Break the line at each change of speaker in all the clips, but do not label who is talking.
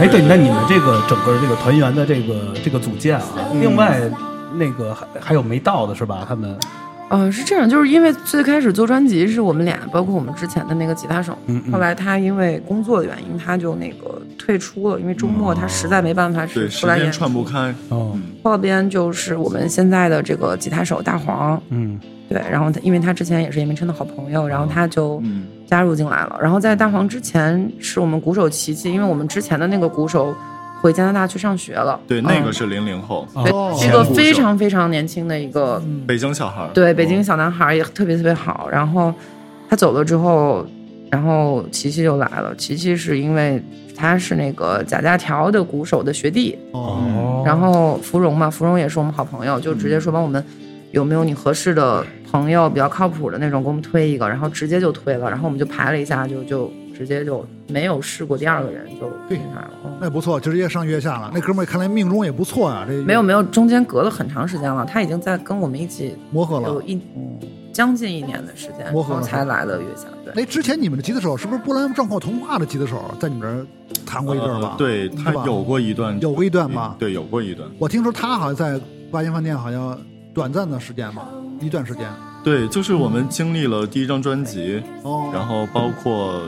哎，对，那你们这个整个这个团员的这个这个组建啊，另外那个还还有没到的是吧？他们
呃，是这样，就是因为最开始做专辑是我们俩，包括我们之前的那个吉他手，
嗯嗯
后来他因为工作的原因，他就那个退出了，因为周末他实在没办法
对，时
出来演
间
出
串不。开。
哦，
后边就是我们现在的这个吉他手大黄，
嗯
对，然后他因为他之前也是严明琛的好朋友，然后他就
嗯
加入进来了。然后在大黄之前是我们鼓手琪琪，因为我们之前的那个鼓手回加拿大去上学了，
对，那
嗯
个是零零后，
对
哦
是一个非常非常年轻的一个
北京小孩儿。嗯
对，北京小男孩也特别特别好。然后他走了之后，然后琪琪就来了。琪琪是因为他是那个贾家条的鼓手的学弟，
哦，
然后芙蓉嘛，芙蓉也是我们好朋友，就直接说帮我们有没有你合适的朋友比较靠谱的那种，给我们推一个，然后直接就推了。然后我们就排了一下，就就直接就没有试过第二个人就进来了。嗯
那不错，直接上月下了。那哥们儿看来命中也不错啊，这
没有没有，中间隔了很长时间了，他已经在跟我们一起
磨合
有
了。
一将近一年的时间，然
磨合
后
了
才来的月下。对，
哎，之前你们的吉他手是不是波兰状况童话的吉他手，在你们这儿弹过一阵儿吧
呃？对他
是嗯吧
有过一段，
有过一段吧？
对，有过一段。
我听说他好像在八间饭店，好像短暂的时间吧，
嗯
一段时间。
对，就是我们经历了第一张专辑，
哦，
然后包括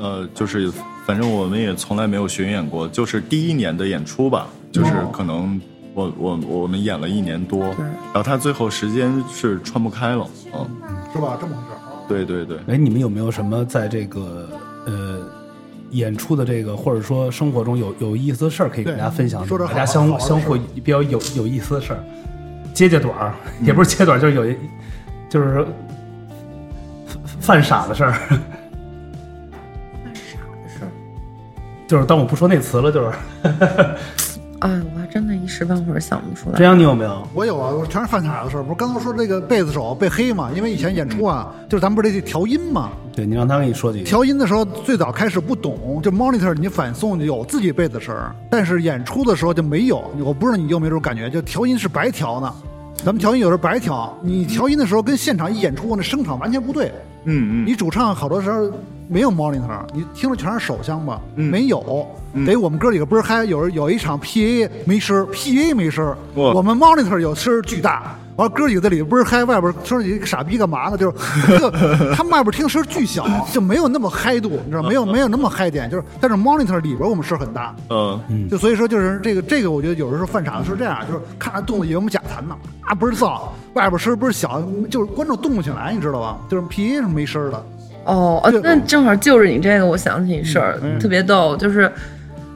呃，就是反正我们也从来没有巡演过，就是第一年的演出吧，就是可能我我我们演了一年多，
对
然后他最后时间是串不开了，嗯，
是吧？这么回事儿。
对对对，
哎，你们有没有什么在这个呃演出的这个，或者说生活中有有意思的事儿可以跟
对
大家分享？
说点
大家
好
相
好的
相互
事
比较有有意思的事儿，接接短儿，也不是接短儿，就是有一就是犯傻的事儿，
是，
就是当我不说那词了， 就是
哎，我还真的一时半会儿想不出来。
这样，你有没有？
我有啊，我全是犯傻的事儿。不是刚才说这个贝斯手被黑嘛？因为以前演出啊，
嗯
就是咱们不是得调音嘛？
对你让他给你说几句。
调音的时候最早开始不懂，就 monitor 你反送有自己贝斯声儿，但是演出的时候就没有。我不知道你有没有这种感觉，就调音是白调呢。咱们调音有时候白调，你调音的时候跟现场一演出那声场完全不对。
嗯嗯，
你主唱好多时候没有 monitor，你听着全是手枪吧？
嗯
没有，得我们哥几个倍儿嗨。有有一场 PA 没声儿，PA 没声儿，
哇
我们 monitor 有声儿巨大。完，哥几个在里边倍儿嗨，外边说你个傻逼干嘛呢？就是 就他们外边听声儿巨小，就没有那么嗨度，你知道吗没有没有那么嗨点，就是但是 monitor 里边我们声儿很大，
呃，
就所以说就是这个这个，我觉得有的时候犯傻的是这样，就是看着动作以为我们假弹呢，啊倍儿燥，外边声儿倍儿小，就是观众动不起来，你知道吧？就是 PA 是没声儿的。
哦，哦
对
那正好就着你这个，我想起一事儿，特别逗，就是，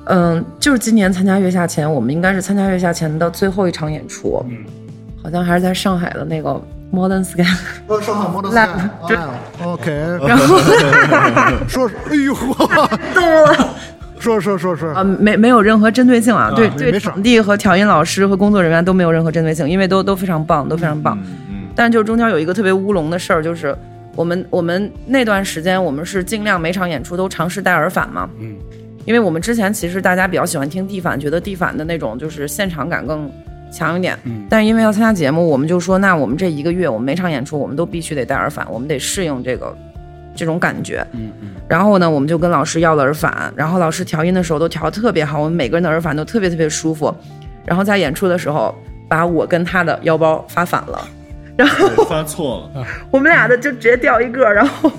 嗯，就是今年参加月下前，我们应该是参加月下前的最后一场演出，嗯，好像还是在上海的那个 Modern Sky，
呃，上海摩托车
来对
，OK。
然后
说，哎呦，
逗了，
说说说说
啊，，没没有任何针对性啊，对
没
对，
没事儿
场地和调音老师和工作人员都没有任何针对性，因为都都非常棒，都非常棒，
嗯
但就是中间有一个特别乌龙的事儿，就是我们我们那段时间我们是尽量每场演出都尝试戴耳返嘛，
嗯，
因为我们之前其实大家比较喜欢听地反，觉得地反的那种就是现场感更强一点，
嗯
但因为要参加节目，我们就说那我们这一个月我们每场演出我们都必须得戴耳返，我们得适应这个这种感觉，
嗯嗯，
然后呢，我们就跟老师要了耳返，然后老师调音的时候都调得特别好，我们每个人的耳返都特别特别舒服。然后在演出的时候，把我跟他的腰包发反 了，
嗯，对发错了，
我们俩的就直接掉一个，然后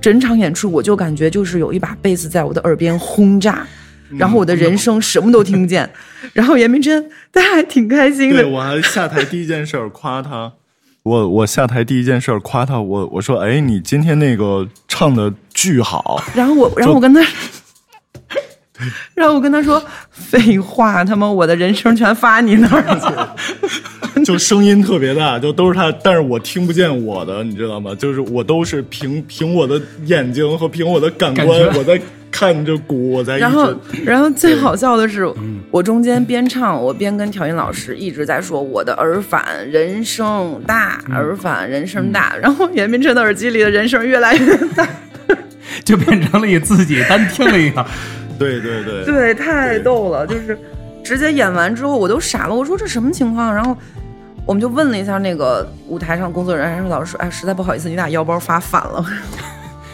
整场演出我就感觉就是有一把贝斯在我的耳边轰炸，
嗯
然后我的人声什么都听不见。然后严明真他还挺开心
对
的，
我还下台第一件事儿夸他。 我我下台第一件事儿夸他，我我说哎，你今天那个唱的巨好，
然后我然后我跟他。 然后我跟他说：“废话，他妈我的人声全发你那儿了。
就声音特别大，就都是他，但是我听不见我的，你知道吗？就是我都是凭凭我的眼睛和凭我的感官，
感觉
我在看着鼓，我在一直
然后，然后最好笑的是，我中间边唱，我边跟调音老师一直在说我的耳返人声大，耳返人声大。然后严明琛的耳机里的人声越来越大，
就变成了你自己单听了一个。
对对对，
对，太逗了，就是直接演完之后我都傻了，我说这什么情况？然后我们就问了一下那个舞台上工作人员，然后老师说，哎，实在不好意思，你俩腰包发反了。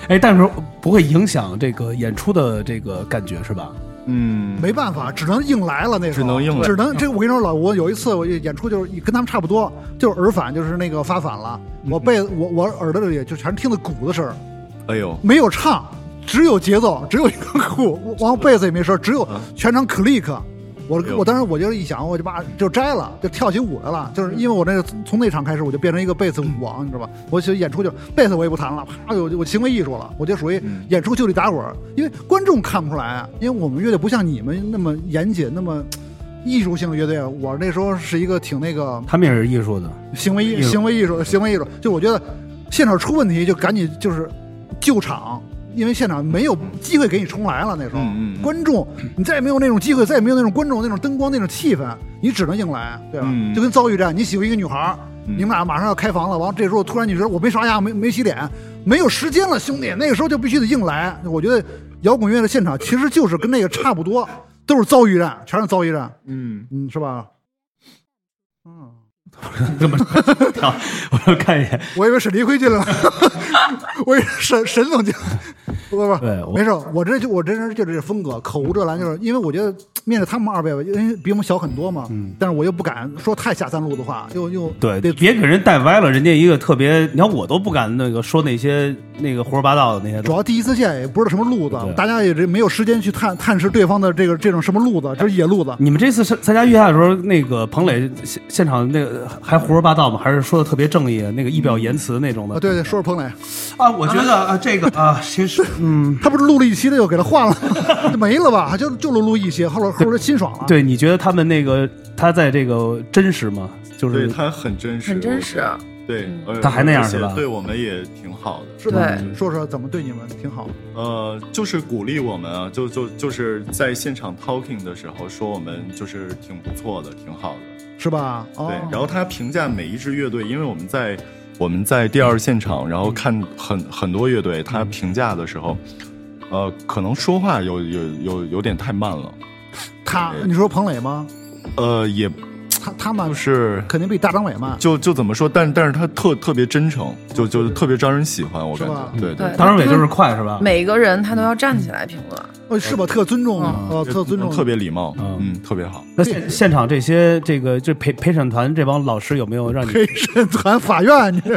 哎，但是不会影响这个演出的这个感觉是吧？
嗯，
没办法，只能硬来了。那时候
只能硬来
只能这我跟你说，老吴有一次我演出就是跟他们差不多，就是耳返，就是那个发反了。我被我我耳朵里就全听的鼓的声儿，
哎呦，
没有唱，只有节奏，只有一个鼓，我然后贝斯也没声，只有全场 click。我
嗯哎呦
我当时我就一想，我就把就摘了，就跳起舞来了，就是因为我那个从那场开始我就变成一个贝斯舞王，你知道吧？我就演出就贝斯我也不弹了，啪，我就我行为艺术了，我就属于
嗯
演出就地打滚儿，因为观众看不出来啊，因为我们乐队不像你们那么严谨，那么艺术性的乐队，啊我那时候是一个挺那个
他们也是艺术的，
行为
艺
艺
术
行为艺术，行为艺术，就我觉得现场出问题就赶紧就是救场，因为现场没有机会给你重来了。那时候、
嗯嗯嗯
观众，你再也没有那种机会，再也没有那种观众那种灯光那种气氛，你只能硬来，对吧？
嗯
就跟遭遇战，你喜欢一个女孩儿，
嗯
你们俩马上要开房了，完了这时候突然你说我没刷牙，没没洗脸，没有时间了，兄弟，那个时候就必须得硬来。我觉得摇滚乐的现场其实就是跟那个差不多，都是遭遇战，全是遭遇战，
嗯，
嗯，是吧？嗯，
这么跳，我说看 一眼，
我以为沈黎辉进来了，我以为沈沈总进来，不不
对我
不，没事，我这就我这人就这风格，口无遮拦，就是因为我觉得面对他们二位，因为比我们小很多嘛，但是我又不敢说太下三路的话，又又
嗯对，
得
别给人带歪了。人家一个特别，你看我都不敢那个说那些那个胡说八道的那些
主
东西。
要第一次见也不知道什么路子
对，
大家也这没有时间去探探视对方的这个这种什么路子，这是野路子。
你们这次参参加月下的时候，那个彭磊现现场那个还胡说八道吗？还是说的特别正义，那个一表言辞那种的？
啊，对对，说说彭磊，
啊，我觉得啊，这个啊，其实嗯，
他不是录了一期的，又给他换了， 就没了吧？就就录录一期，后来后来心爽了。
对，你觉得他们那个他在这个真实吗？就
对
是
他很真实，
很真实，嗯
对，而
他还那样
而且
是吧
对我们也挺好的，
是
对
吧？说说怎么对你们挺好。
呃，就是鼓励我们啊，就就就是在现场 talking 的时候说我们就是挺不错的，挺好的，
是吧？哦、
对。然后他评价每一支乐队，因为我们在我们在第二现场，然后看很很多乐队，他评价的时候，呃，可能说话有有有有点太慢了，
他，你说彭磊吗？
呃，也
他他慢
不是
肯定比大张伟慢。
就就怎么说，但但是他特特别真诚，就就特别招人喜欢，我
是
感
吧
觉，对
对，
当然伟就是快是吧？
每个人他都要站起来评论，
呃，是吧？特尊重你，呃，特尊重你，
特别礼貌，
嗯
嗯，特别好。
那现现场这些这个这陪陪审团这帮老师有没有让你？
陪 审团法院，你这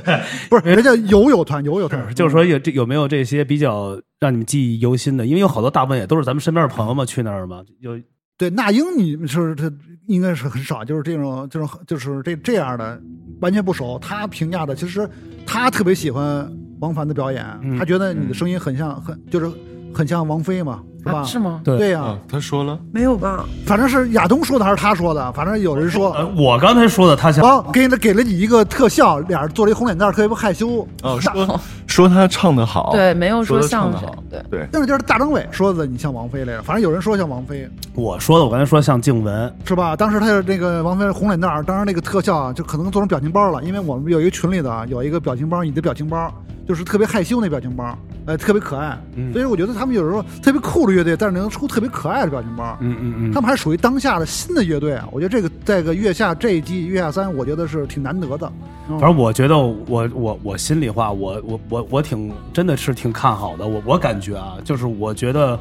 不是人家友友团，友友团
就是说有这有没有这些比较让你们记忆犹新的？因为有好多大部分也都是咱们身边的朋友嘛，去那儿嘛，有
对那英，你是他应该是很少，就是这种这种就是这这样的完全不熟。他评价的其实他特别喜欢王凡的表演，
嗯
他觉得你的声音很像很就是很像王菲嘛，
嗯
是吧？
啊是吗？
对
对呀、
啊，他说了，
没有吧？
反正是亚东说的还是他说的，反正有 人说。
呃，我刚才说的他像
啊，给了给了你一个特效，俩人做了一红脸蛋儿，特别不害羞。
哦，说说他唱的好，
对，没有
哦说
说
得唱
像
得
谁
好，
对，
对，
那个就是大张伟说的，你像王菲来着，反正有人说像王菲
我说的，我刚才说像静雯，
是吧？当时他有那个王菲红脸蛋儿，当时那个特效啊，就可能做成表情包了，因为我们有一个群里的啊，有一个表情包，你的表情包就是特别害羞那表情包，呃，特别可爱。
嗯
所以我觉得他们有时候特别酷的乐队，但是能出特别可爱的表情包。
嗯嗯
他们还属于当下的新的乐队啊，我觉得这个在个月下这一季月下三，我觉得是挺难得的。
反正我觉得我我我心里话，我我我我挺真的是挺看好的，我我感觉啊，就是我觉得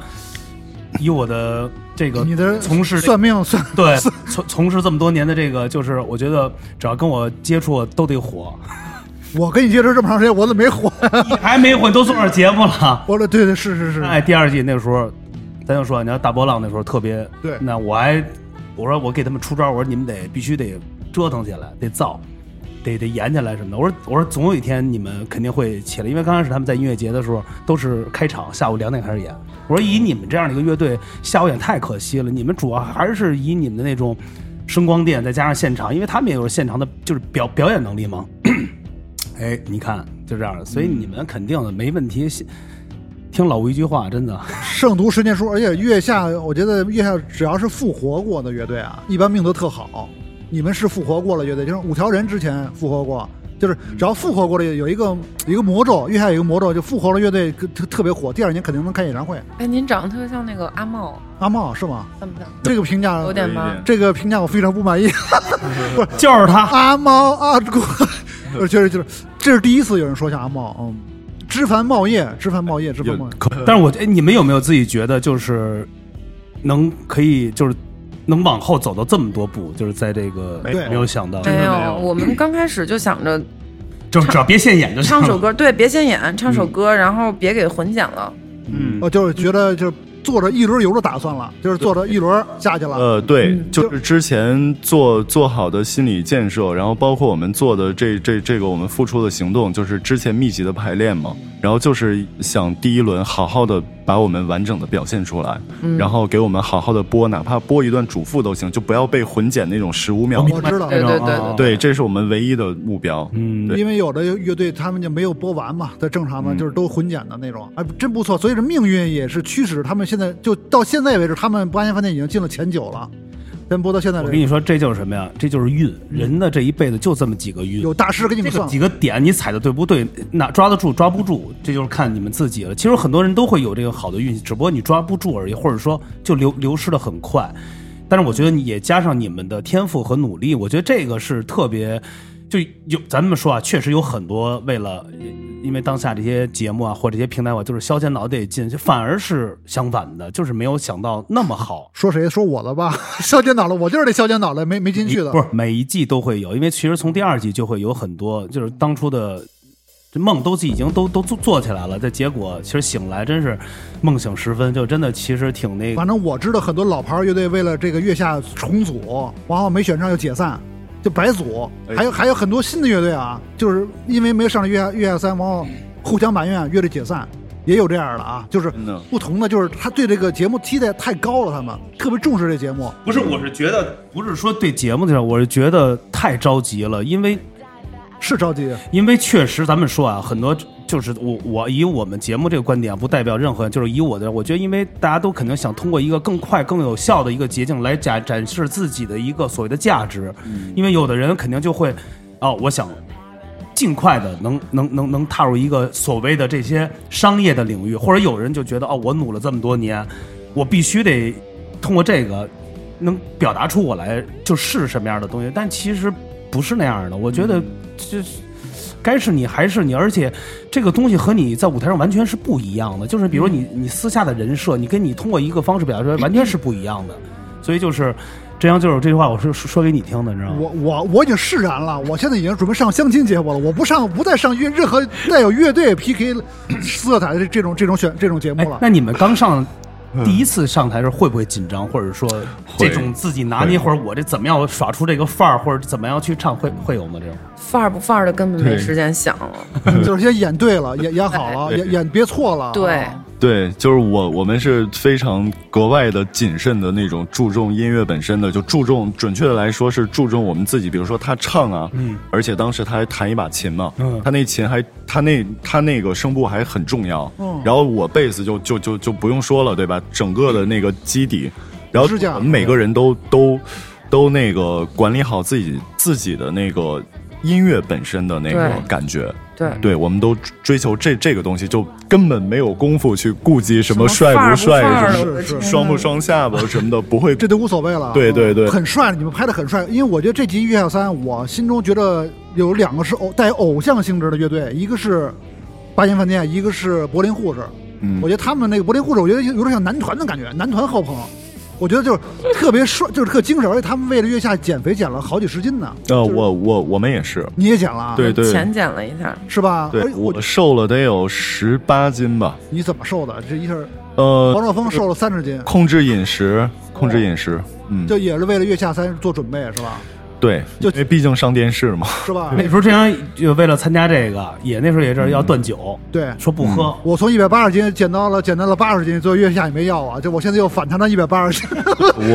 以我的这个
你的
呃从事
算命算
对从从事这么多年的这个，就是我觉得只要跟我接触都得火，
我跟你接触这么长时间，我怎么没 火？
你还没火，你都做上节目了。
我说对对是是是，
哎，第二季那时候，咱就说，你看大波浪那时候特别，
对
那我还我说我给他们出招，我说你们得必须得折腾起来，得造，得得演起来什么的。我说我说总有一天你们肯定会起来，因为刚开始他们在音乐节的时候都是开场下午两点开始演。我说以你们这样的一个乐队，下午演太可惜了，你们主要还是以你们的那种。声光电再加上现场，因为他们也有现场的，就是表表演能力嘛。哎，你看就这样的，所以你们肯定的没 问题。听老吴一句话，真的，
胜读十年书，而且月下，我觉得月下只要是复活过的乐队啊，一般命都特好。你们是复活过了乐队，就是五条人之前复活过，就是
嗯
只要复活过了，有一个有一个魔咒，月下有一个魔咒，就复活了乐队特特别火，第二年肯定能开演唱会。
哎，您长得特别像那个阿茂，
阿茂是吗？
像不像？
这个评价
有点
嗯有一
吗
点？
这个评价我非常 不满意。
就是他。
阿猫阿狗，我确实就是这是第一次有人说像阿茂，嗯，枝繁茂叶，枝繁茂叶，枝繁茂叶。
但是我哎，你们有没有自己觉得，就是能可以就是能往后走到这么多步，就是在这个
没
有
没有想到，
没有
没有，
我们刚开始就想 着
就是只要别现眼就行
唱
了
首歌，对，别现眼，唱
嗯
首歌，然后别给混剪了。
嗯
我哦就是觉得就是做着一轮游的打算了，就是做着一轮下去了。
呃，对，
嗯
就是之前做做好的心理建设，然后包括我们做的这这这个我们付出的行动，就是之前密集的排练嘛，然后就是想第一轮好好的把我们完整的表现出来，
嗯
然后给我们好好的播，哪怕播一段主副都行，就不要被混剪那种十五秒。
我知道，
对对对
啊
对
对，这是我们唯一的目标。
嗯
哦对
因为有的乐队他们就没有播完嘛，在正常的就是都混剪的那种，还真不错。所以这命运也是驱使他们现在就到现在为止，他们不安全饭店已经进了前九了，真播到现在
我
为
跟你
止，
说，这就是什么呀？这就是运，人的这一辈子就这么几个运。
有大师给你
这
们
个
算
几。个点你踩的对不对，那抓得住抓不住，这就是看你们自己了。其实很多人都会有这个好的运气，只不过你抓不住而已，或者说就流流失的很快。但是我觉得你也加上你们的天赋和努力，我觉得这个是特别，就有咱们说啊，确实有很多为了因为当下这些节目啊或者这些平台我就是削尖脑袋也进，就反而是相反的，就是没有想到那么好。
说谁说我了吧？ 削尖脑了，我就是这削尖脑了，没没进去的
不。是每一季都会有，因为其实从第二季就会有很多，就是当初的这梦都已经都都做做起来了，这结果其实醒来真是梦醒时分，就真的其实挺那个
反正我知道很多老牌乐队为了这个月下重组，然后没选上又解散，就白组。
哎
还有还有很多新的乐队啊，就是因为没上月下月下三，然后互相埋怨乐队解散，也有这样的啊，就是
真的
不同的，就是他对这个节目期待太高了，他们特别重视这节目。
不是，我是觉得不是说对节目的事儿，我是觉得太着急了，因为
是着急，
因为确实，咱们说啊，很多就是我我以我们节目这个观点啊，不代表任何，就是以我的，我觉得，因为大家都肯定想通过一个更快、更有效的一个捷径来展展示自己的一个所谓的价值，因为有的人肯定就会，哦，我想尽快的能能能能踏入一个所谓的这些商业的领域，或者有人就觉得哦，我努了这么多年，我必须得通过这个能表达出我来就是什么样的东西，但其实不是那样的。我觉得这该是你还是你，而且这个东西和你在舞台上完全是不一样的。就是比如你你私下的人设，你跟你通过一个方式表达出来完全是不一样的。所以就是这样，就是这句话我是说说给你听的，你知道吗？
我我我已经释然了，我现在已经准备上相亲节目了，我不上不再上乐任何带有乐队 PK 色彩的这这种这种选这种节
哎
目了，。
那你们刚上第一次上台的时候会不会紧张，或者说这种自己拿捏，
会
或者我这怎么样耍出这个范儿，或者怎么样去唱，会会有吗？这种
范儿不范儿的根本没
对哦
时间想了。
就是先演对了，演演好了，
对
演演别错了。
对
啊，
对，就是我，我们是非常格外的谨慎的那种，注重音乐本身的，就注重，准确的来说是注重我们自己。比如说他唱啊，嗯，而且当时他还弹一把琴嘛，
嗯
他那琴还，他那他那个声部还很重要，
嗯
然后我贝斯就就就就不用说了，对吧？整个的那个基底，然后
支架
我们每个人都都都那个管理好自己自己的那个音乐本身的那个
对
感觉，
对，
对，我们都追求这这个东西，就根本没有功夫去顾及什么帅
范儿
不帅、
范儿
什
了
么
我的
是
天
是
双不双下巴什么的，不会。
这都无所谓了。
对对对
很帅，你们拍的很帅。因为我觉得这集《月下三》，我心中觉得有两个是偶带有偶像性质的乐队，一个是八仙饭店，一个是柏林护士。
嗯
我觉得他们那个柏林护士，我觉得有点像男团的感觉，男团后朋。我觉得就是特别帅，就是特精神，而且他们为了月下减肥减了好几十斤呢。
呃，
就是
我我我们也是，
你也减了啊，
对对
浅剪了一下，
是吧？而
对，
哎且我
我瘦了得有十八斤吧。
你怎么瘦的？这一下黄
呃，
少峰瘦了三十斤，
控制饮食，控制饮食，嗯，
就也是为了月下三做准备，是吧？
对，
就
因为毕竟上电视 嘛。
是吧？
那时候这样就为了参加这个，也那时候也是要断酒，
对，
说不喝。
我从一百八十斤减到了减到了八十斤，最后月下也没要啊，就我现在又反弹到一百八十斤，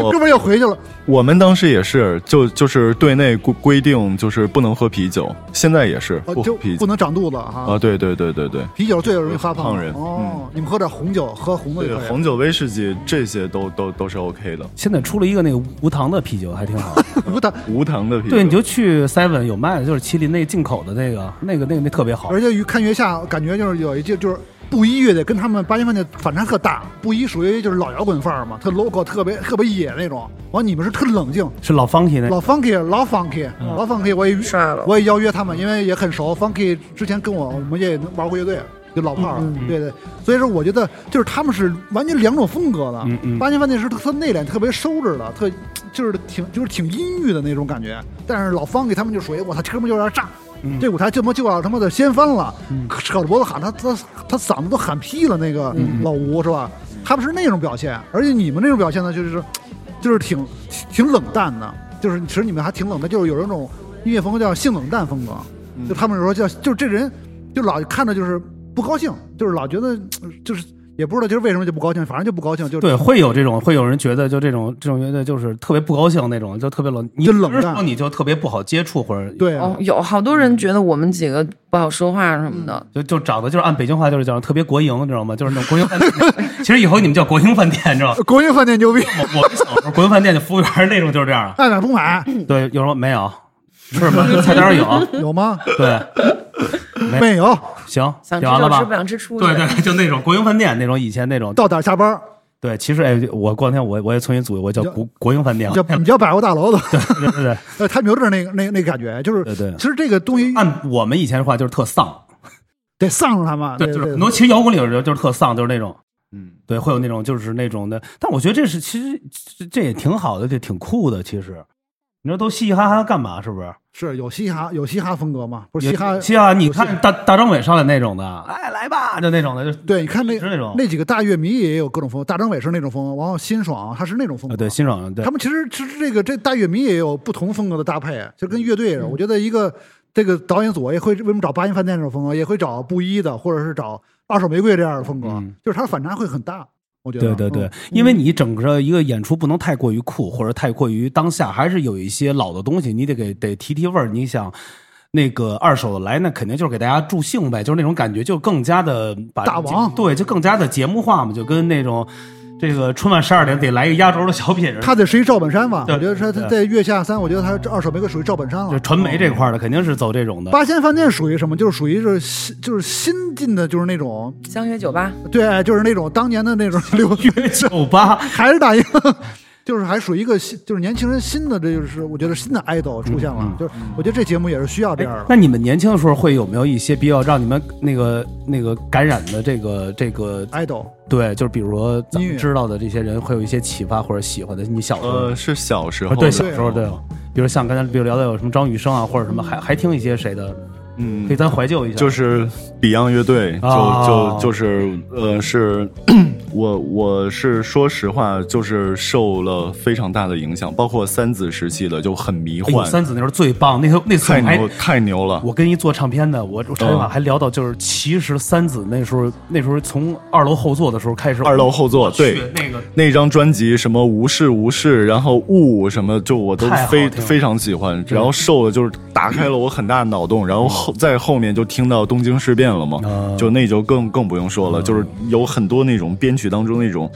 我
哥们儿又回去了。
我们当时也是，就就是队内规规定就是不能喝啤酒，现在也是
啊
不
就
喝啤
不
酒
能长肚子
啊，
哈。
对对对对对。
啤酒最容易发胖
胖人嗯
哦，你们喝点红酒，喝红的
对
就可以啊
红酒、威士忌这些都都都是 OK 的，
现在出了一个那个无糖的啤酒，还挺好。
了。 不但
无糖的啤酒。
对，你就去 Seven 有卖的，就是麒麟那个进口的那个，那个那个那特别好。
而且看月下，感觉就是有一就就是布衣乐队跟他们八仙饭店反差特大。布衣属于就是老摇滚范儿嘛，特 local，特别特别野那种。完你们是特冷静，
是老 funky 那
老 funky，老 funky，老 funky，我也
帅了
我也邀约他们，因为也很熟。funky 之前跟我我们也玩过乐队，就老炮儿了，
嗯
对对。所以说，我觉得就是他们是完全两种风格的。
嗯嗯
八仙饭店是特内敛、特别收着的，特就是挺就是挺阴郁的那种感觉。但是老方给他们就属于我操，这哥们儿有点炸，
嗯
这舞台这么就要他妈的掀翻了，扯着脖子喊他他他嗓子都喊劈了。那个
嗯
老吴是吧？他们是那种表现，而且你们那种表现呢，就是就是挺挺冷淡的，就是其实你们还挺冷淡，就是有那种音乐风格叫性冷淡风格，
嗯
就他们说叫就是这人就老看着就是不高兴，就是老觉得呃就是也不知道就是为什么就不高兴，反正就不高兴，就
对，会有这种，会有人觉得就这种这种乐队就是特别不高兴那种，就特别冷，你
就冷淡
知道你就特别不好接触，或者
对啊
哦，有好多人觉得我们几个不好说话什么
嗯
的，
就就长得就是按北京话就是叫特别国营，知道吗？就是那种国营饭店。 其实以后你们叫国营饭店，知道吗？
国营饭店牛逼，
我我们小时候国营饭店的服务员那种就是这样。
爱买不买
对，有时候没有，吃什么菜单儿有，
有吗？
对，哎
没有，
行，
想
讲
吃
完了
就吃，不
吧？
想吃出去。
对对，就那种国营饭店那种以前那种。
到点儿下班儿，
对，其实哎，我过两天我我也重新组，我叫国国营饭店
你
了。
叫你叫百货大楼的，
哎对对对，
呃，他牛着那个那那感觉，就是
对对啊
其实这个东西
按我们以前的话就是特丧，
得丧着他们，
对，啊
对
就是
对
很多其实摇滚里有人就是特丧，就是那种。
嗯，
对，会有那种就是那种的，但我觉得这是其实这这也挺好的，这挺酷的。其实，你说都嘻嘻哈哈干嘛？是不是？
是有嘻哈有嘻哈风格嘛，不是
也
嘻哈
嘻哈，你
有嘻
看大大张伟上来那种的，哎，来吧，就那种的，就
对，你看那
是那种
几个大乐迷也有各种风格，大张伟是那种风格，然后辛爽他是那种风格，
啊，对，欣赏对
他，们其实其实这个这大乐迷也有不同风格的搭配，就跟乐队似的。
嗯
我觉得一个这个导演组也会为什么找八音饭店这种风格，也会找布衣的，或者是找二手玫瑰这样的风格，
嗯
就是它的反差会很大。我觉得，
对对对
嗯，
因为你整个一个演出不能太过于酷，或者太过于当下，还是有一些老的东西，你得给得提提味儿。你想。那个二手的来，那肯定就是给大家助兴呗，就是那种感觉，就更加的把
大王
对，就更加的节目化嘛，就跟那种这个春晚十二点得来一个压轴的小品似的。
他得是一赵本山吧？
对
我觉得他他
对
在月下三，我觉得他这二手玫瑰属于赵本山
就
了。
传媒这块儿的肯定是走这种的。
哦八仙饭店属于什么？就是属于就是新就是新进的，就是那种
相约酒吧，
对，哎就是那种当年的那种流
约酒吧，
还是大英， 就是还属于一个新，就是年轻人新的，这就是我觉得新的 idol 出现了，
嗯
就是我觉得这节目也是需要这样的。
那你们年轻的时候会有没有一些比较让你们那个那个感染的这个这个
idol
对，就是比如说咱
音
们
乐
知道的这些人会有一些启发或者喜欢的，你小时候、
呃，是小时候
啊对
的
小时候
对
对吧，比如像刚才比如聊到有什么张雨生啊，或者什么还还听一些谁的，
嗯
可以，咱怀旧一下，
就是 Beyond 乐队，就、
啊
就就是呃，是 我我是说实话，就是受了非常大的影响，包括三子时期的就很迷
哎呦
幻，
三子那时候最棒，那时候那次
太
我还
牛太牛了。
我跟一做唱片的，我我昨天晚上
嗯
还聊到，就是其实三子那时候那时候从二楼后座的时候开始，
二楼后座，
去
对，
那个
那张专辑什么无视无视，然后雾什么，就我都
太好
非
听了
非常喜欢。然后受的就是打开了我很大的脑洞，然后
嗯
后在后面就听到东京事变了嘛，
啊
就那就更更不用说
嗯
了，就是有很多那种编曲当中那种。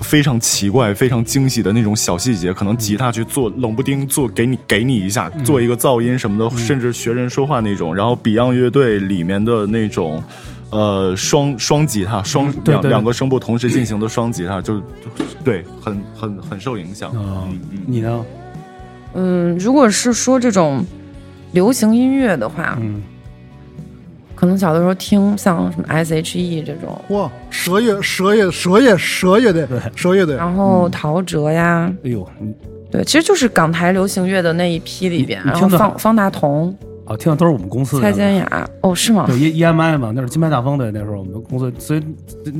非常奇怪、非常惊喜的那种小细节，可能吉他去做冷不丁做给你给你一下，做一个噪音什么
嗯
的，甚至学人说话那种。然后 Beyond 乐队里面的那种，呃，双双吉他、双
嗯对
两
对
两个声部同时进行的双吉他，就就对，很很很受影响。
嗯，你呢？
嗯，如果是说这种流行音乐的话，
嗯，
可能小的时候听像什么 S.H.E 这种，
哇，蛇乐蛇乐蛇乐蛇乐队，蛇乐
嗯
队，
然后陶喆呀，
哎呦，你
对，其实就是港台流行乐的那一批里边，
你你
然后
听的
方方大同、
啊，听的都是我们公司的
蔡
人
健雅，哦，是吗？
对 E E M I 嘛，那是金牌大风队，那时候我们公司，所以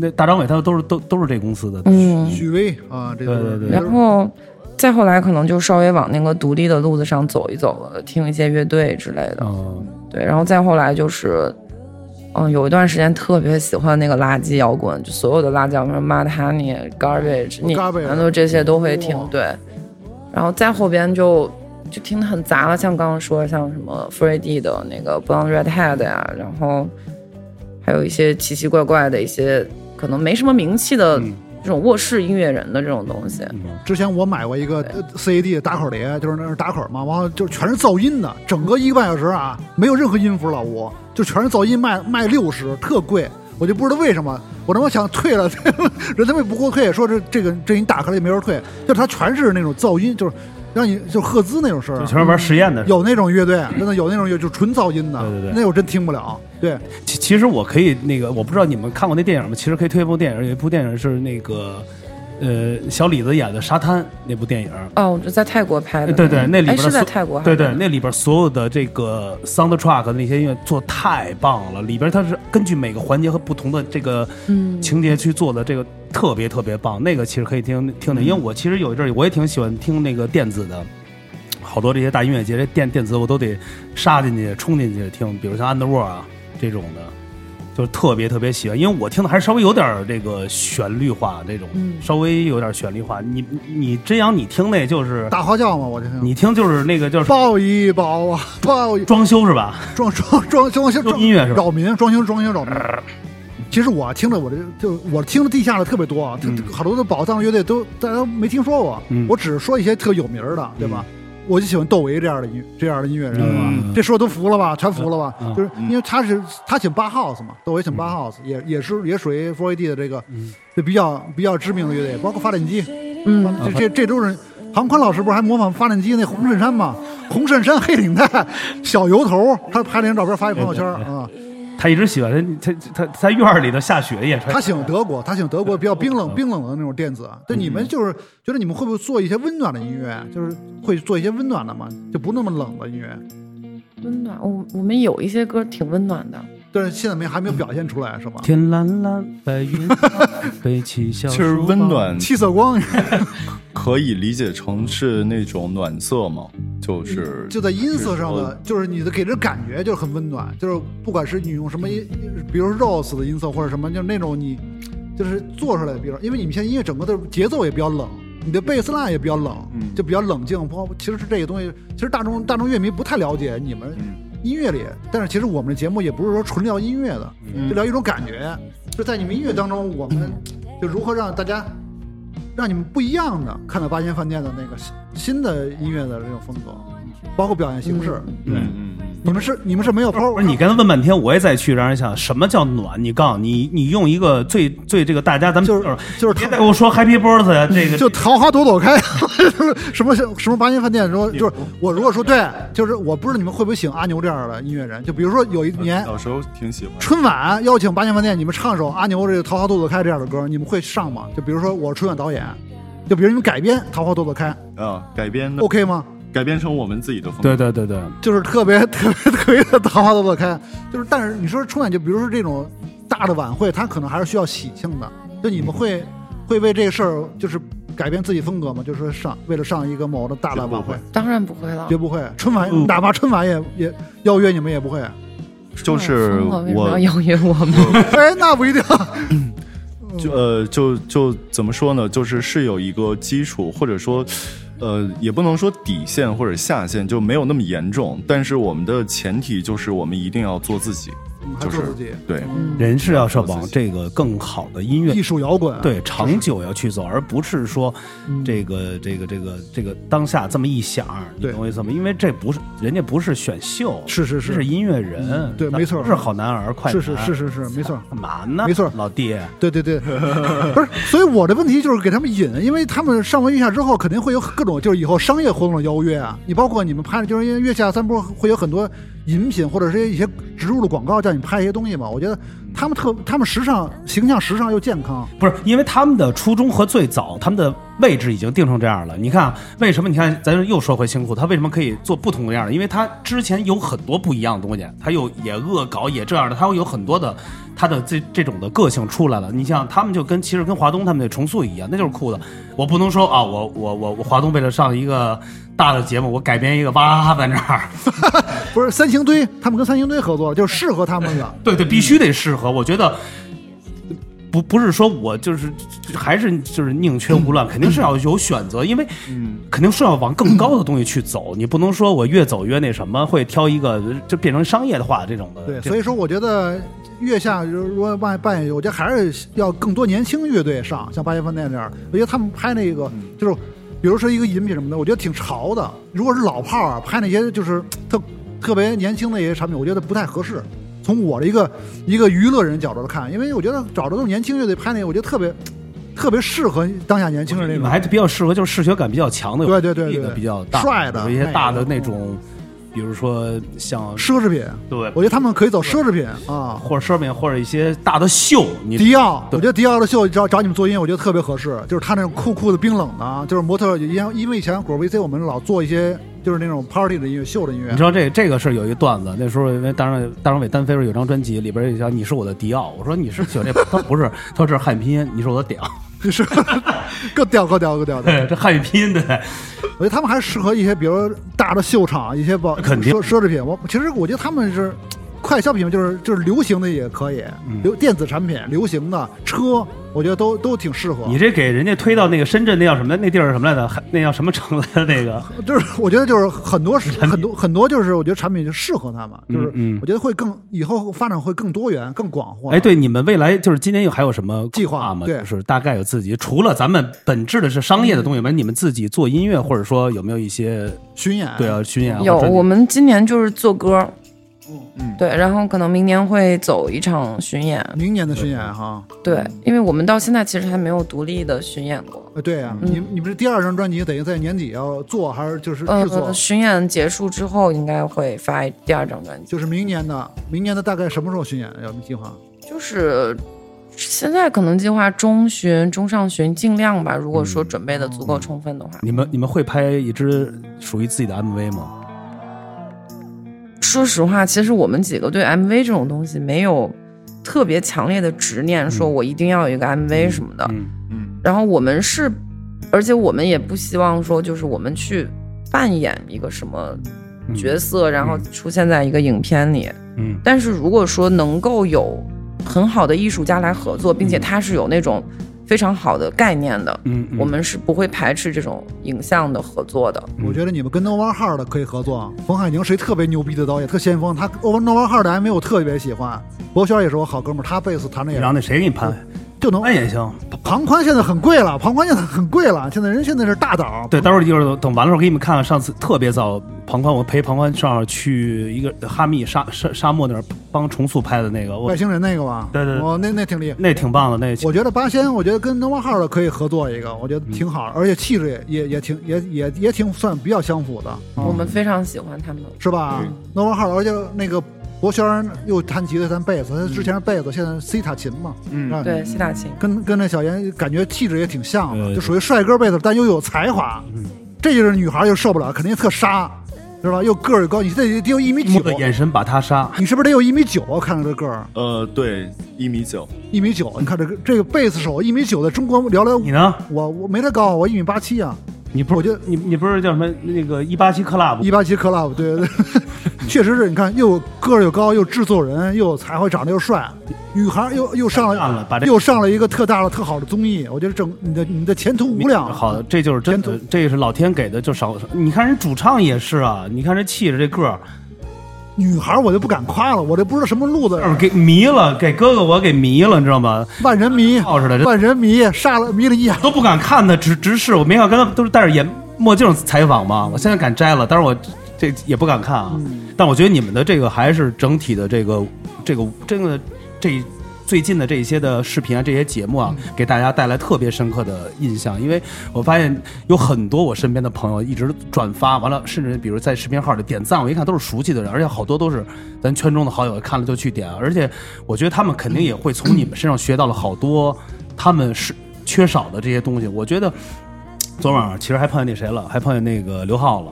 那大张伟他们都是都都是这公司的，
嗯，
许巍啊，这都
对
是
对对
然后再后来可能就稍微往那个独立的路子上走一走了，听一些乐队之类的，
嗯，
对，然后再后来就是。嗯，有一段时间特别喜欢那个垃圾摇滚，就所有的垃圾摇滚，什么 Mud Honey、Garbage，你
哦
Garbage
反正这些都会听
哇。
对，然后再后边就就听的很杂了，像刚刚说像什么 Freddy 的那个 Blonde Redhead 呀、然后还有一些奇奇怪怪的一些可能没什么名气的
嗯
这种卧室音乐人的这种东西。
之前我买过一个呃 CAD 的打口碟，就是那是打口嘛，然后就全是噪音的，整个一个半小时啊，没有任何音符，老吴就全是噪音，卖卖六十，特贵，我就不知道为什么，我他妈想退了， 人他妈也不给我退，说这这个这你打开了也没人退，就是它全是那种噪音，就是。让你就赫兹那种声儿啊
就，全是玩实验的。
有那种乐队，真的有那种乐就纯噪音的，
对对对
那我真听不了。对，
其其实我可以那个，我不知道你们看过那电影吗？其实可以推一部电影，有一部电影是那个，呃，小李子演的《沙滩》那部电影。
哦，在泰国拍的，
对对，那里
哎
边的
是在
所
泰国，
对对，，那里边所有的这个 soundtrack 的那些音乐做太棒了，里边它是根据每个环节和不同的这个
嗯，
情节去做的，这个特别特别棒。那个其实可以听听
嗯
听，因为我其实有一阵儿我也挺喜欢听那个电子的，好多这些大音乐节这电电子我都得杀进去冲进去听，比如像 Underworld 啊这种的，就是特别特别喜欢，因为我听的还是稍微有点儿这个旋律化这种，
嗯
稍微有点儿旋律化。你你你真阳，你听那就是
大花轿嘛，我就听。
你听就是那个叫什么
抱一抱啊，抱一
装修是吧？
装装装装修装
音乐是吧？嗯
扰民，装修装修扰民。其实我听着我这就我听的地下的特别多啊，特
嗯
好多的宝藏乐队都大家都没听说过
嗯，
我只是说一些特有名儿的，对吧？我就喜欢窦唯这样的音这样的音乐人，对吧
嗯？
这说都服了吧？全服了吧
嗯？
就是因为他是他请八 house 嘛，窦唯请八 house 也也是也属于 4AD 的这个
嗯
就比较比较知名的乐队，包括发电机，啊
嗯，
这这这都是庞宽老师不是还模仿发电机那红衬衫吗？红衬衫、黑领 带、小油头，他拍那张照片发一朋友圈
对对
啊。
他一直喜欢他他他他院儿里头下雪也穿
他喜欢德国，他喜欢德国比较冰冷冰冷的那种电子。
嗯
对，你们就是觉得你们会不会做一些温暖的音乐？啊就是会做一些温暖的嘛，就不那么冷的音乐。啊
温暖，我我们有一些歌挺温暖的，
但是现在没还没有表现出来，是吧？
天蓝蓝，白 云背起小
其实温暖
七色光
可以理解成是那种暖色嘛，就是
嗯
就在音色上的，就是你的给人感觉就是很温暖，就是不管是你用什么音， 比如 rose 的音色或者什么，就是那种你就是做出来的，比如因为你们现在音乐整个的节奏也比较冷，你的贝斯 line 也比较冷，
嗯
就比较冷静。包括其实这个东西，其实大众大众乐迷不太了解你们
嗯
音乐里，但是其实我们的节目也不是说纯聊音乐的，
嗯
就聊一种感觉，就在你们音乐当中，我们就如何让大家。让你们不一样的看到八仙饭店的那个新新的音乐的这种风格，包括表现形式。
嗯嗯嗯，
你们是你们是没有
不
PO，
是你刚才问半天，我也在去，让人想什么叫暖？你告诉我你，你用一个最最这个大家咱们
就是就是
别
他
再跟我说 Happy Birthday 啊这个
就桃花朵朵开， 什么什么八仙饭店说就是我如果说对，就是我不知道你们会不会请阿牛这样的音乐人，就比如说有一年
小时候挺喜欢。
春晚邀请八仙饭店，你们唱首阿牛这个《桃花朵朵开》这样的歌，你们会上吗？就比如说我春晚导演，就比如你们改编《桃花朵朵开》
啊，改编的
，OK 吗？
改编成我们自己的风格。
哦对对对对，
就是特别 特别特别的桃花朵朵开，就是但是你说春晚就比如说这种大的晚会，它可能还是需要喜庆的，就你们会会为这个事儿就是改变自己风格吗？就是说上为了上一个某的大的晚会，
当然不会了
绝，不会，春晚、
嗯
哪怕春晚也也邀约你们也不会，
就是
疯了 为什么
我
要邀约我们？
哎，那不一定，
就呃就就怎么说呢？就是是有一个基础，或者说，呃，也不能说底线或者下限，就没有那么严重。但是我们的前提就是我们一定要做自己，
嗯还
就
做
是
自己，
对
嗯
人是要是往这个更好的音乐
艺术摇滚，
对长久要去走，而不是说
嗯
这个这个这个这个当下这么一想，你
对
懂我意思吗？因为这不是人家不是选秀，
是是
这
是
是音乐人，
对
那
没错
不是好男儿快
是
男
是是是是，没错。
干嘛呢？
没错
老弟，
对对 对，不是，所以我的问题就是给他们引，因为他们上完月下之后，肯定会有各种就是以后商业活动的邀约啊。你包括你们拍的，就是因为月下三波会有很多饮品或者是一些植入的广告，叫你拍一些东西嘛。我觉得他们特，他们时尚、形象时尚又健康，
不是，因为他们的初衷和最早他们的位置已经定成这样了。你看啊，为什么？你看，咱又说回星库，他为什么可以做不同的样的？因为他之前有很多不一样的东西，他又也恶搞，也这样的，他有很多的他的这这种的个性出来了。你像他们就跟其实跟华东他们那重塑一样，那就是酷的。我不能说啊，我我我我华东为了上一个大的节目，我改编一个哇哈哈在那儿，
不是三星堆，他们跟三星堆合作就是适合他们的。
对对，必须得适合。我觉得不不是说我就是还是就是宁缺毋滥，肯定是要有选择，因为
嗯
肯定是要往更高的东西去走。你不能说我越走越那什么，会挑一个就变成商业化这种的。
对，
呃这
所以说我觉得月下如果扮扮演，我觉得还是要更多年轻乐队上，像八仙饭店这样，我觉得他们拍那个
嗯
就是，比如说一个饮品什么的，我觉得挺潮的。如果是老炮儿啊拍那些就是特特别年轻的一些产品，我觉得不太合适。从我的一个一个娱乐人角度来看，因为我觉得找这种年轻乐队拍那个，我觉得特别特别适合当下年轻人那
你
种
们。还比较适合就是视觉感比较强的，有
对对对对
力的
对
比较大，
帅的
有一些
那
大的
种
那种，比如说像
奢侈品，
对
我觉得他们可以走奢侈品啊。
或者奢侈品或者一些大的秀，你
迪奥，我
对
觉得迪奥的秀找找你们做音乐，我觉得特别合适，就是他那种酷酷的、冰冷的啊，就是模特儿，因因为以前果儿 VC 我们老做一些就是那种 party 的音乐、秀的音乐
你知，道这这个是有一段子，那时候因为大张大张伟单飞时候有张专辑里边有叫你是我的迪奥，我说你是喜欢这，他不 是，他说这是汉语拼音，你是我的屌，
就是 更屌、更屌、更屌 的。
对，这汉语拼音对，
我觉得他们还适合一些，比如大的秀场，一些保
肯定
奢奢侈品。我其实我觉得他们是快消品，就是就是流行的也可以，
嗯
流电子产品、流行的车，我觉得都都挺适合。
你这给人家推到那个深圳那叫什么那地儿什么来着，那叫什么城来着那 个，
就是我觉得就是很多是很多很多就是我觉得产品就适合他们，就是
嗯嗯
我觉得会更以后发展会更多元、更广阔。
哎，对，你们未来就是今年有还有什么
计划
吗？
对
就是大概有自己除了咱们本质的是商业的东西，完、你们自己做音乐，或者说有没有一些
巡演
对啊巡演啊？
有，
或者
我们今年就是做歌，
嗯
对，然后可能明年会走一场巡演，
明年的巡演哈，
对，因为我们到现在其实还没有独立的巡演过。
呃，对呀、
嗯
你你们这第二张专辑等于在年底要做，还是嗯就是制作
呃，？巡演结束之后应该会发第二张专辑，
就是明年的，明年的大概什么时候巡演？啊有什么计划？
就是现在可能计划中旬、中上旬尽量吧，如果说准备的足够充分的话。
嗯
你们你们会拍一支属于自己的 MV 吗？
说实话，其实我们几个对 MV 这种东西没有特别强烈的执念，说我一定要有一个 MV 什么的。
嗯，
嗯
然后我们是，而且我们也不希望说，就是我们去扮演一个什么角色，然后出现在一个影片里。
嗯
但是如果说能够有很好的艺术家来合作，并且他是有那种非常好的概念的，
嗯，嗯
我们是不会排斥这种影像的合作的。
嗯
我觉得你们跟 Nova Hard 可以合作。冯海宁是一特别牛逼的导演，特先锋。他 Nova Hard 的 MV 我特别喜欢，博轩也是我好哥们儿，他贝斯弹的也
然哎后那谁给你拍？
就能。
那也行。
庞宽现在很贵了，庞宽现在很贵了，现在人现在是大导。
对，待会儿就是等完了时候给你们看看。上次特别早，庞宽我陪庞宽上去一个哈密沙沙沙漠那儿帮重塑拍的那个，我
外星人那个吧？
对对对
哦，那那挺厉害。
那挺棒的，那
我觉得八仙，我觉得跟 Nova Hard 可以合作一个，
嗯
我觉得挺好，而且气质也也也挺也也也挺算比较相符的，
我们非常喜欢他们。
是吧、n
嗯
o v a Hard，而且那个博轩又弹吉他弹贝斯，
嗯
他之前是贝斯，现在是西塔琴嘛，
嗯
啊
对，西大琴，
跟跟那小严感觉气质也挺像的，
对嗯
就属于帅哥贝斯，但又有才华，这就是女孩又受不了，肯定特杀，是吧？又个儿又高，你得得有一米
目
九，
的眼神把他杀。
你是不是得有一米九啊？看着这个儿，
呃，对，一米九，
一米九，你看这个这个贝斯手一米九，在中国聊聊
你呢？
我我没他高，我一米八七啊。
你不是
我觉得
你你不是叫什么那个一八七 club
一八七 club，对对对，确实是你看又个儿又高，又制作人，又有才华，长得又帅，女孩儿又又上
上
了
了把这
又上了一个特大的特好的综艺，我觉得整你的你的前途无量。
好的，这就是真的
啊天，
这是老天给的，就少。你看人主唱也是啊，你看这气质，这个儿，
女孩儿我就不敢夸了，我这不知道什么路子，
这儿给迷了，给哥哥我给迷了，你知道吗？
万人迷，
道士的这
万人迷，杀了迷了一眼。
都不敢看他，直直视。我没敢跟他都是戴着眼墨镜采访嘛，我现在敢摘了，但是我这也不敢看啊。但我觉得你们的这个还是整体的这个这个这个这最近的这些的视频啊，这些节目啊，给大家带来特别深刻的印象。因为我发现有很多我身边的朋友一直转发，完了甚至比如在视频号里点赞，我一看都是熟悉的人，而且好多都是咱圈中的好友，看了就去点。而且我觉得他们肯定也会从你们身上学到了好多他们是缺少的这些东西。我觉得昨晚上其实还碰见那谁了，还碰见那个刘浩了。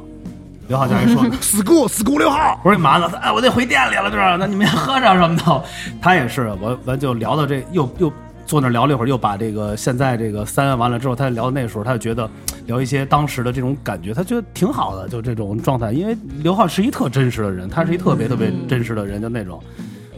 刘浩家人说，
school school 六号，
我说你嘛呢？哎，我得回店里了，这儿，那你们先喝上什么的。他也是，我完就聊到这，又又坐那儿聊了一会儿，又把这个现在这个三完了之后，他聊那时候，他就觉得聊一些当时的这种感觉，他觉得挺好的，就这种状态。因为刘浩是一特真实的人，他是一特别特别真实的人，就那种。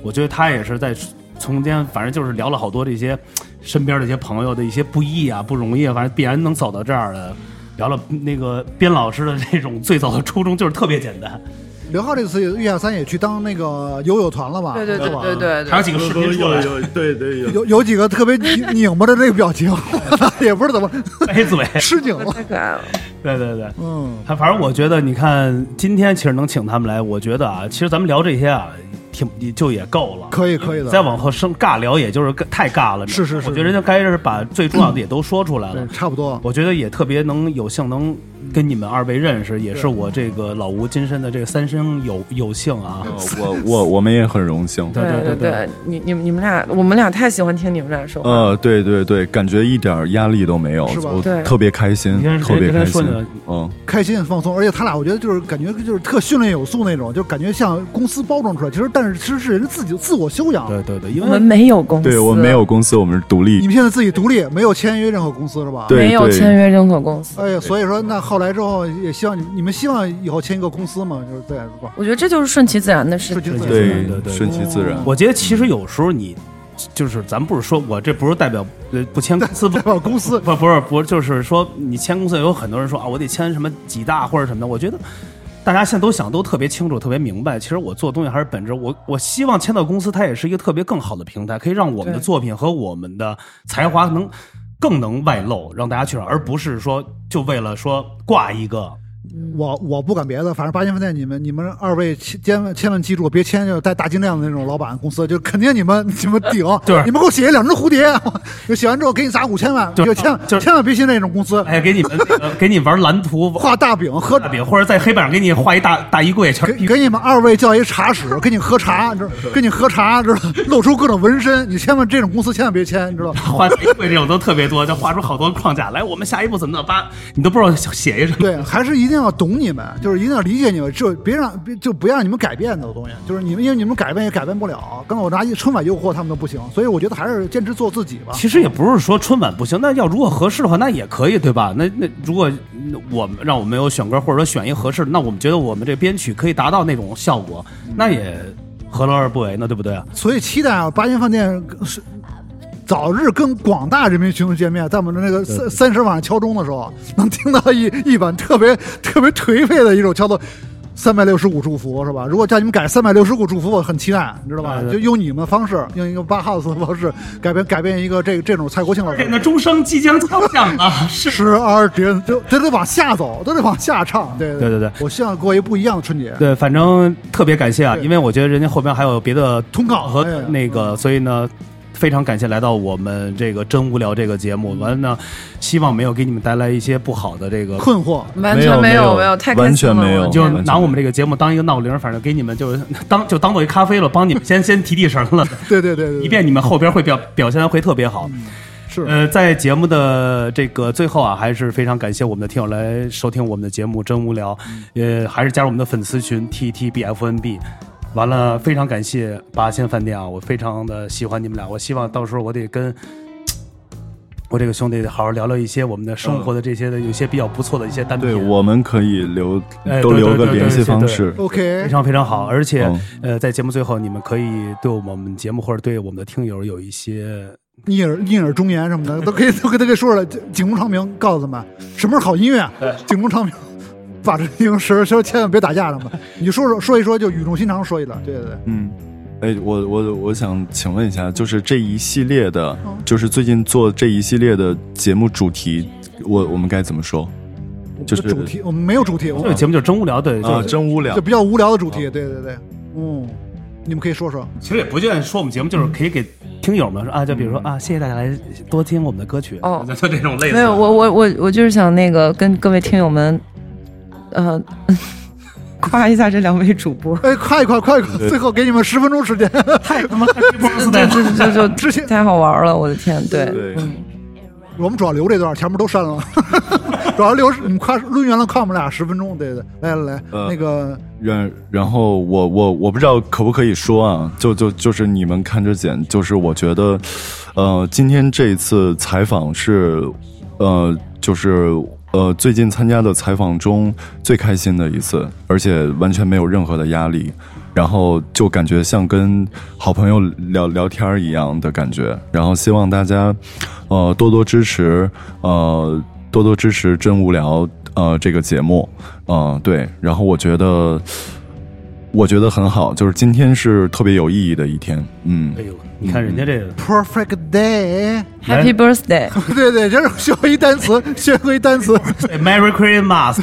我觉得他也是在从间，反正就是聊了好多这些身边的一些朋友的一些不易啊、不容易啊，反正必然能走到这儿的。聊了那个边老师的这种最早的初衷就是特别简单，
刘浩这次也岳小三也去当那个游泳团了吧？
对对对
是吧
对对
还有
对。
几个视频出 来，
有，对对有。
有有几个特别拧拧巴的那个表情，也不知道怎么
哎嘴，
吃惊了。
太可爱了，
对对对，
嗯，
他反正我觉得，你看今天其实能请他们来，我觉得啊，其实咱们聊这些啊，挺就也够了。
可以可以的，
再往后生尬聊，也就是太尬了。
是是是
我觉得人家该是把最重要的也都说出来了
对。差不多。
我觉得也特别能有幸能跟你们二位认识，也是我这个老吴今生的这个三生有有幸啊。
呃我我我们也很荣幸。
对对
对
对，
你你们你们俩，我们俩太喜欢听你们俩说话。
呃，对对对，感觉一点压力都没有，
是吧
我
对
特别开心
你看，
特别
人家
开
说
心
你了。
嗯，
开心放松，而且他俩我觉得就是感觉就是特训练有素那种，就感觉像公司包装出来，其实但是其实是人自己自我修养。
对对对，
我
因
们
为
没有公司，
对我们没有公司，我们是独
你
立。
们现在自己独立，没有签约任何公司是吧？
对
没有签约任何公司。
哎呀，所以说那后来之后也希望你你们希望以后签一个公司嘛，就是对，是吧？
我觉得这就是顺其自然的事
顺
情。
其自然。
对
对
对对，
顺其自
哦
然。
我觉得其实有时候你就是咱不是说我这不是代表呃不 签公司不
代表公司
不不是不是就是说你签公司有很多人说啊我得签什么几大或者什么的，我觉得。大家现在都想都特别清楚，特别明白。其实我做东西还是本质，我我希望签到公司，它也是一个特别更好的平台，可以让我们的
对
作品和我们的才华能更能外露，让大家去哪儿，而不是说就为了说挂一个。
我我不管别的，反正八千分店你们你们二位千千万千万记住，别签就带大金链子那种老板公司，就肯定你们你们顶，
对
你们给我写两只蝴蝶，就写完之后给你砸五千万，
对啊
就千万
就是
千万别信那种公司，
哎，给你们、呃给你玩蓝图，
画大饼喝
大饼，或者在黑板上给你画一大大衣柜，全是
给
屁股
给你们二位叫一茶室，给你喝茶，你知道，给你喝茶，知道，露出各种纹身，你千万这种公司千万别签，你知道。
画大衣柜这种都特别多，就画出好多框架来。我们下一步怎么怎么吧，你都不知道写一什么。
对，还是一定要懂你们，就是一定要理解你们，就别让别就不要让你们改变的东西，就是你们因为你们改变也改变不了。刚才我拿一春晚诱惑他们都不行，所以我觉得还是坚持做自己吧。
其实也不是说春晚不行，那要如果合适的话，那也可以，对吧？那那如果嗯我们让我们有选歌，或者说选一合适的，那我们觉得我们这编曲可以达到那种效果，那也何乐而不为呢？对不对？
所以期待啊，八仙饭店是早日跟广大人民群众见面，在我们的那个三三十晚上敲钟的时候，能听到一一版特别 特别颓废的一种敲钟。三百六十五祝福是吧？如果叫你们改三百六十五祝福，我很期待，你知道吧？
对对
就用你们的方式，用一个八 house 的方式改变改变一个这这种蔡国庆老
而
师
且。那钟声即将敲响了， 是
十二点就都得往下走，都得往下唱。对
对对
对
对
我希望过一不一样的春节。
对，反正特别感谢啊，
对
因为我觉得人家后边还有别的
通告
和
哎呀
那个，所以呢。非常感谢来到我们这个真无聊这个节目，完了呢，希望没有给你们带来一些不好的这个，
困惑，
完全
没有
有
没
没
有
太开
完
心
全
了，
没有
我
就
天
是
哦完全
拿我们这个节目当一个闹铃，反正给你们就是当就当做一咖啡了，帮你们 先先提提神了，
对对对对对，
以便你们后边会表表现的会特别好。
嗯
是
呃，在节目的这个最后啊，还是非常感谢我们的听友来收听我们的节目，真无聊。
嗯
呃，还是加入我们的粉丝群 T T B F N B。完了，非常感谢八仙饭店啊，我非常的喜欢你们俩，我希望到时候我得跟我这个兄弟好好聊聊一些我们的生活的这些的，有些比较不错的一些单品。啊
对，我们可以留
哎
都
对
留
对
个
对
联
对
系
对
方
对
式。
非
OK，
常非常好，而且、
嗯
呃，在节目最后，你们可以对我们节目或者对我们的听友有一些
逆耳逆耳忠言什么的都可以都给他给说出来，警钟长鸣，告诉他们什么是好音乐，警钟长鸣。把这零食，说千万别打架什 么，你就说说说一说，就语重心长说一段，对对对，
嗯，哎，我我我想请问一下，就是这一系列的
嗯，
就是最近做这一系列的节目主题，我我们该怎么说？就是
主题我们没有主题，我
这个
们
节啊目就是真无聊，对，
啊，
就是
嗯真无聊
就。比较无聊的主题，对对对，嗯，你们可以说说，
其实也不见说我们节目，就是可以给听友们说啊，就比如说啊，谢谢大家来
嗯
多听我们的歌曲，
哦
就这种类似的。
没有，我我我我就是想那个跟各位听友们，呃， 夸一下这两位主 播，
哎，快快快快，最后给你们十分钟时间，
太他妈太微博时代了
这这就
之前
太好玩了，我的天，对，
对，
嗯
我们主要留这段，前面都删了， 主要留你们夸抡圆了夸我们俩十分钟，对对，来来来，
呃
那个
然然后我我我不知道可不可以说啊，就就就是你们看着剪，就是我觉得，呃，今天这一次采访是，呃，就是呃最近参加的采访中最开心的一次，而且完全没有任何的压力，然后就感觉像跟好朋友聊聊天儿一样的感觉，然后希望大家，呃，多多支持，呃，多多支持真无聊。呃，这个节目，嗯，对。然后我觉得，我觉得很好，就是今天是特别有意义的一天。嗯
哎，呦，你看人家这个
perfect day，
Happy Birthday，
对对，这是学会一单词，学会一单词，
嗯
哎 Merry Christmas，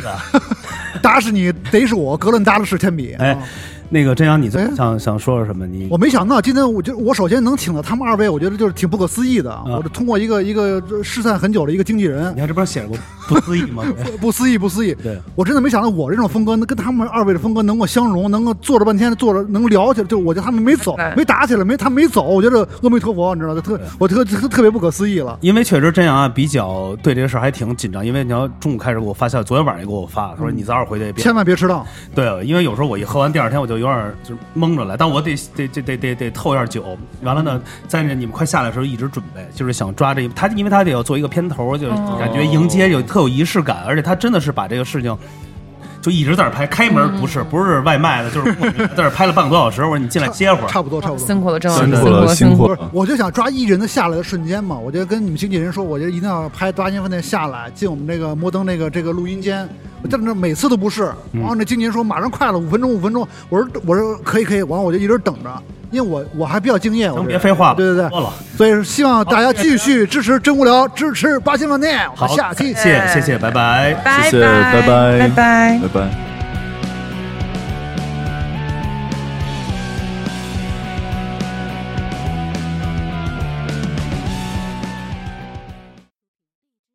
打死你逮是我，格伦达的是铅笔，
哎
啊，
那个真阳，你最
哎
想想说说什么？你
我没想到今天我就我首先能请到他们二位，我觉得就是挺不可思议的。啊我就通过一个一个失散很久的一个经纪人
你，看这边写着不不思议 吗？
不思议不思议。
对，
我真的没想到我这种风格能跟他们二位的风格能够相融，能够坐着半天坐着能聊起来，就我觉得他们没走
太难，
没打起来，没他们没走，我觉得阿弥陀佛，你知道，就特我特特特别不可思议了。
因为确实真阳啊，比较对这个事儿还挺紧张。因为你要中午开始给我发消息，昨天晚上也给我发，他
嗯
说你早点回去，别
千万别迟到，
对，因为有时候我一喝完，第二天我就有点儿就是蒙着来，但我得得得得得得透一下酒。完了呢，在那你们快下来的时候一直准备，就是想抓这一他，因为他得要做一个片头，就是
哦
感觉迎接有特有仪式感，而且他真的是把这个事情。就一直在那儿拍，开门不
嗯
是不是外卖的，就是在那儿拍了半个多小时。我说你进来歇会儿，
差不多差不多。
辛苦了，真的
辛苦
苦
了，
了，
辛苦
了。
不是
了，。
我就想抓艺人的下来的瞬间嘛，我就跟你们经纪人说，我就一定要拍八间饭店下来，进我们这个摩登那个这个录音间。我在那每次都不是，
嗯
然后那经纪人说马上快了，五分钟五分钟，我说我说可以可以，完我就一直等着，因为我我还比较敬业，我
行，
觉
别
得
废话了，
对对
说
对，
了。
所以希望大家继续支持真无聊，支持八仙饭店，我
好，
们下期哎
谢谢谢谢，拜拜。
拜
谢谢，拜
拜
拜，
拜拜
拜拜。